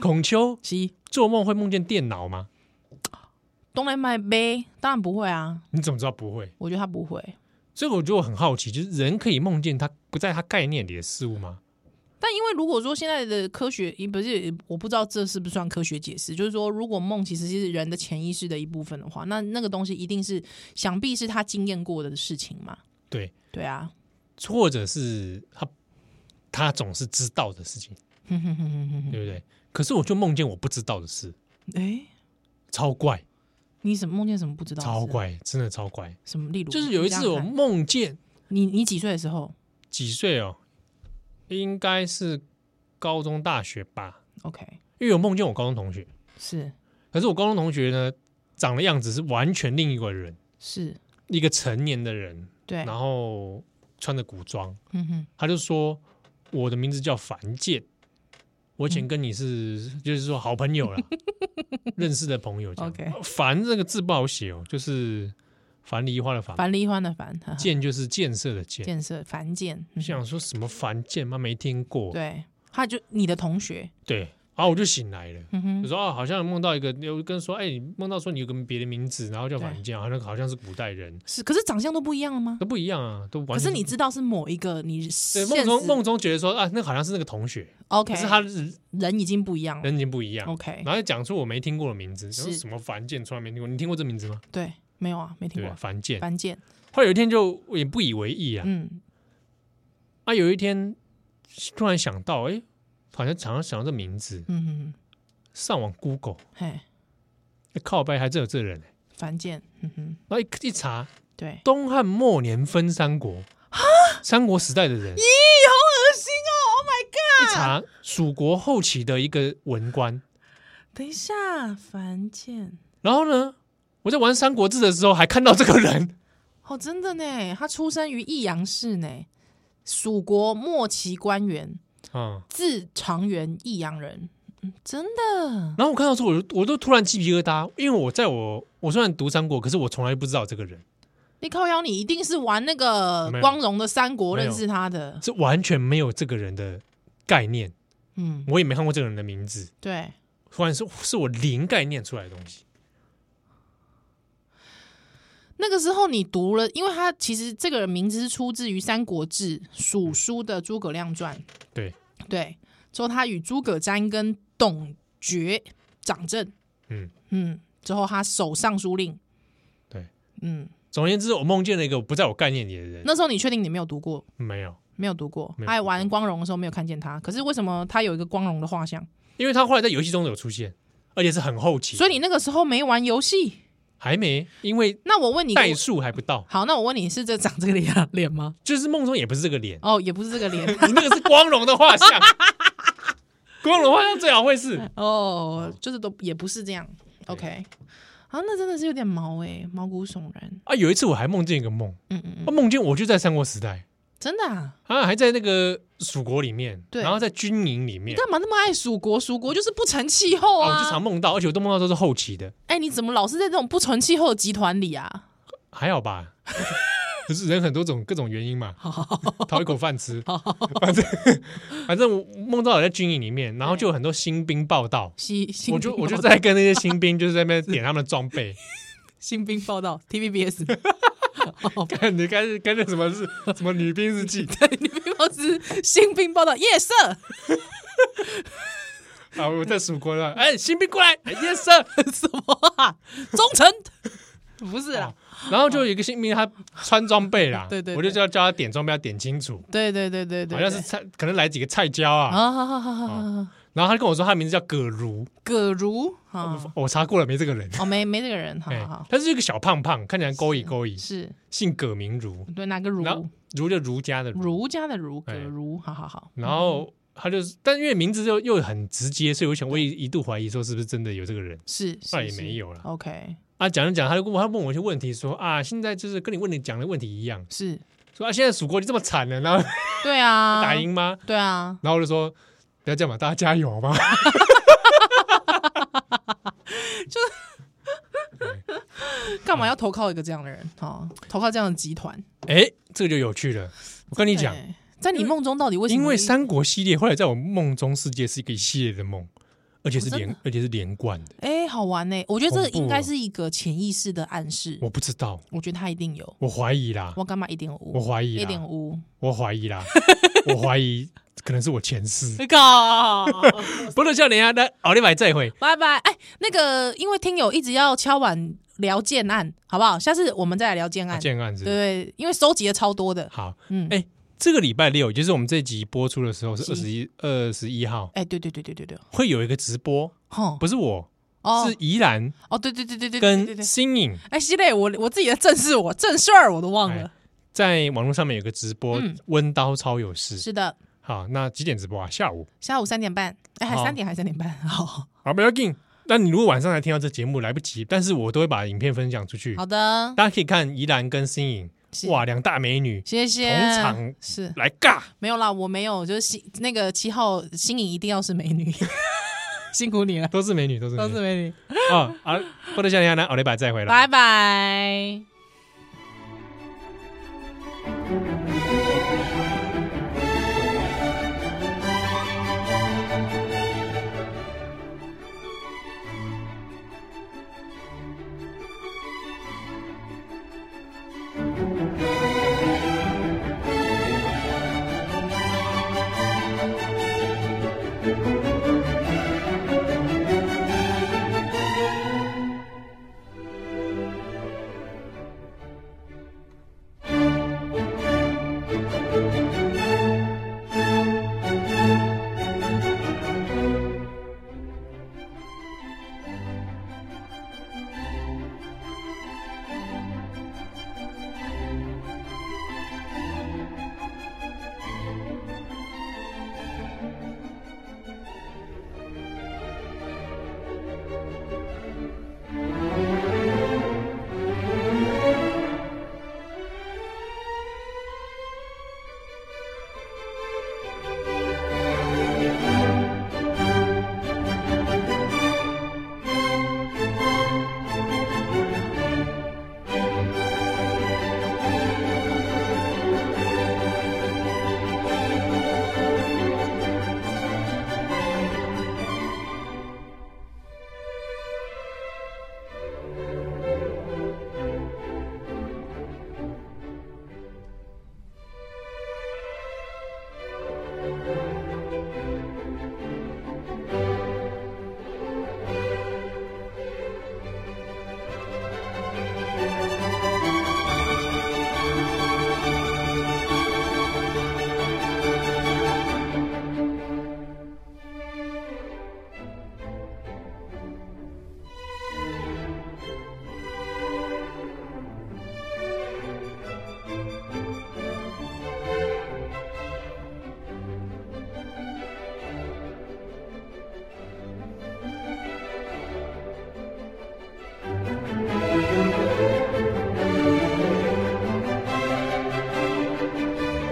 孔丘
七，
做梦会梦见电脑吗？
东来卖杯，当然不会啊，
你怎么知道不会？
我觉得他不会。
所以我就很好奇，就是人可以梦见他不在他概念里的事物吗？
但因为如果说现在的科学，也不是我不知道这是不是算科学解释，就是说，如果梦其实是人的潜意识的一部分的话，那那个东西一定是想必是 他经验过的事情嘛。
对，
对啊，
或者是他他总是知道的事情，
哼哼哼哼哼哼
对不对？可是我就梦见我不知道的事，
哎，
超怪，
你什么梦见什么不知道？
超，怪，真的超怪。
什么？例如
就是有一次我，
你想想看
梦见
你你几岁的时候
几岁哦，应该是高中大学吧，
？OK，
因为我梦见我高中同学，
是
可是我高中同学呢，长的样子是完全另一个人，
是，
一个成年的人，
对，
然后穿着古装，
嗯哼，
他就说我的名字叫樊建，我以前跟你是、就是说好朋 友啦，认识的朋友这样。
OK
樊这个字不好写哦，就是樊梨花的樊，
樊梨花的樊，哈哈
建就是建设的建。
建设樊建，嗯
想说什么樊建吗？没听过。
对，他就你的同学，
对，然后我就醒来了。我
嗯哼，
说啊，好像梦到一个，有跟说，哎、你梦到说你有个别的名字，然后叫樊建，好像好像是古代人，
是，可是长相都不一样了吗？
都不一样啊，都完
可
全
是你知道是某一个你
对
现
梦中
实
梦中觉得说啊，那好像是那个同学，
OK，
可是他人
人已经不一样了
人已经不一样，
，OK，
然后讲出我没听过的名字，
是
说什么樊建，从来没听过。你听过这名字吗？
对，没有啊，没听
对，
过
樊建。
樊建，
后来有一天就也不以为意啊，
嗯，
啊，有一天突然想到，哎，好像常常想到这名字，
嗯哼，
上网 Google，
嘿，
哎靠背还真有这人、欸。
樊建，嗯哼，
然后一一查，
对，
东汉末年分三国，
啊
三国时代的人，一
咦，好恶心哦！Oh my god！
查蜀国后期的一个文官。
等一下，樊建，
然后呢，我在玩《三国志》的时候还看到这个人，
哦，真的呢，他出生于益阳市呢，蜀国末期官员，嗯
啊、
字长元，益阳人，嗯，真的，
然后我看到之后，我就我都突然鸡皮疙瘩，因为我在我我虽然读三国，可是我从来不知道这个人，
你靠腰，你一定是玩那个
没有
光荣的三国
没有
认识他的，
这完全没有这个人的概念，
嗯，
我也没看过这个人的名字，
对，
突然是是我零概念出来的东西，
那个时候你读了，因为他其实这个名字是出自于《三国志》蜀书的诸葛亮传，
对
对，之后他与诸葛瞻跟董厥掌政，
嗯
嗯，之后他守尚书令，
对。
嗯，
总而言之，我梦见了一个不在我概念里的人，
那时候你确定你没有读过，
没有，
没有读过
没有读过，
还玩光荣的时候没有看见他，可是为什么他有一个光荣的画像？
因为他后来在游戏中有出现，而且是很后期，
所以你那个时候没玩游戏。
还没，因为
那我问你，
代数还不到，
好，那我问你是这长这个脸脸吗？
就是梦中也不是这个脸，
哦，也不是这个脸
你那个是光荣的画像， 光荣画像最好会是，
哦，就是都也不是这样。OK，啊，那真的是有点毛哎、毛骨悚然。
啊，有一次我还梦见一个梦，
嗯嗯，嗯，
啊，梦见我就在三国时代。
真的啊？
啊，还在那个蜀国里面，
对
然后在军营里
你
面，
干嘛那么爱蜀国？蜀国就是不成气候
啊，我就常
啊！
梦到，而且我都梦到都是后期的，
哎、你怎么老是在这种不成气候的集团里啊？
还好吧？ 可是人很多种各种原因 嘛，讨一口饭吃，反正反正我梦到我在军营里面，然后就有很多新兵报道。
新新
我就
兵
我就
报
在跟那些新兵，就是在那边点他们的装 备，
新兵报道 TVBS 哦
看你该跟那什么是什么女兵日 记
你兵报是新兵报道夜色，
啊，我在蜀国了，哎，新兵过来，yes sir，
什么啊？忠诚哦不是啦，
然后就有一个新兵他穿装备啦，
对对对
我就叫叫他点装备要点清楚，
对对对对对，
好像是
对
菜，可能来几个菜椒啊，
啊，好好好好好好，
然后他跟我说他的名字叫葛如，
葛如啊，
我查过了没这个人，
哦没没这个人，好
哦哎
好好，
他是一个小胖胖，看起来勾引勾引，
是
姓葛名如，
对哪个
然后
儒？
如就儒家的儒，
儒家的儒，葛
哎
如，好好好，
然后他就是，但因为名字又又很直接，所以我想我也一度怀疑说是不是真的有这个人
是，是
那也
是
没有啦
OK，
啊，讲着讲他就跟我他问我一些问题说啊，现在就是跟你问你讲的问题一样，
是，
说啊现在蜀国就这么惨了，然后
对 啊，
打赢吗？
对啊，
然后我就说不要这样嘛，大家加油好吗？嗯
干嘛要投靠一个这样的人？好，投靠这样的集团。
哎，这个就有趣了，我跟你讲。
对，在你梦中到底为什么？
因为三国系列后来在我梦中世界是一个一系列的梦，而且是
哦真的
连、而且是连贯的。
哎，好玩呢。我觉得这个
恐怖
应
哦
该是一个潜意识的暗示。
我不知道，
我觉得他一定有。
我怀疑啦，
我干嘛一点
我
五？
怀疑
一点
啦，
五？
我怀疑 啦，我怀疑可能是我前世。
那个，
不能叫人家那奥利百再会，
拜拜。哎，那个，因为听友一直要敲碗聊建案，好不好？下次我们再来聊建
啊
案。
建案子
对，因为收集了超多的。
好。
嗯，
哎这个礼拜六，也就是我们这集播出的时候是二十一二十一号，
哎，对对对对对对，
会有一个直播，
吼，
不是我，
哦
是宜兰
哦，对对对对对，对对
跟
对，
新颖
哎，西磊，我我自己的正事我正事儿我都忘了，
哎在网络上面有个直播
嗯
《温刀超有事》。
是的，
好，那几点直播啊？下午
下午三点半，哎，还
好
三点还三点半， 好
好，不要紧。那你如果晚上才听到这节目，来不及，但是我都会把影片分享出去，
好的，
大家可以看宜兰跟新颖，嗯
是
哇，两大美女
谢谢，
同场
是
来尬，
没有啦，我没有，就是新那个七号新颖一定要是美女， 辛苦你了，
都是美女，都是美
都是
女
美女，
啊！好，波多夏天呢，奥利百再回来。
拜拜。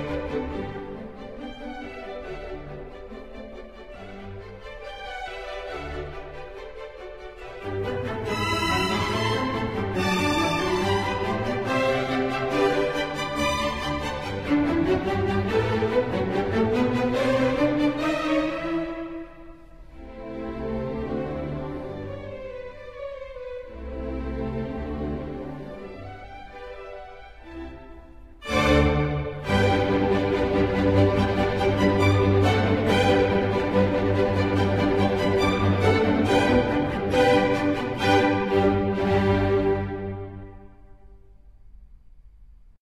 thank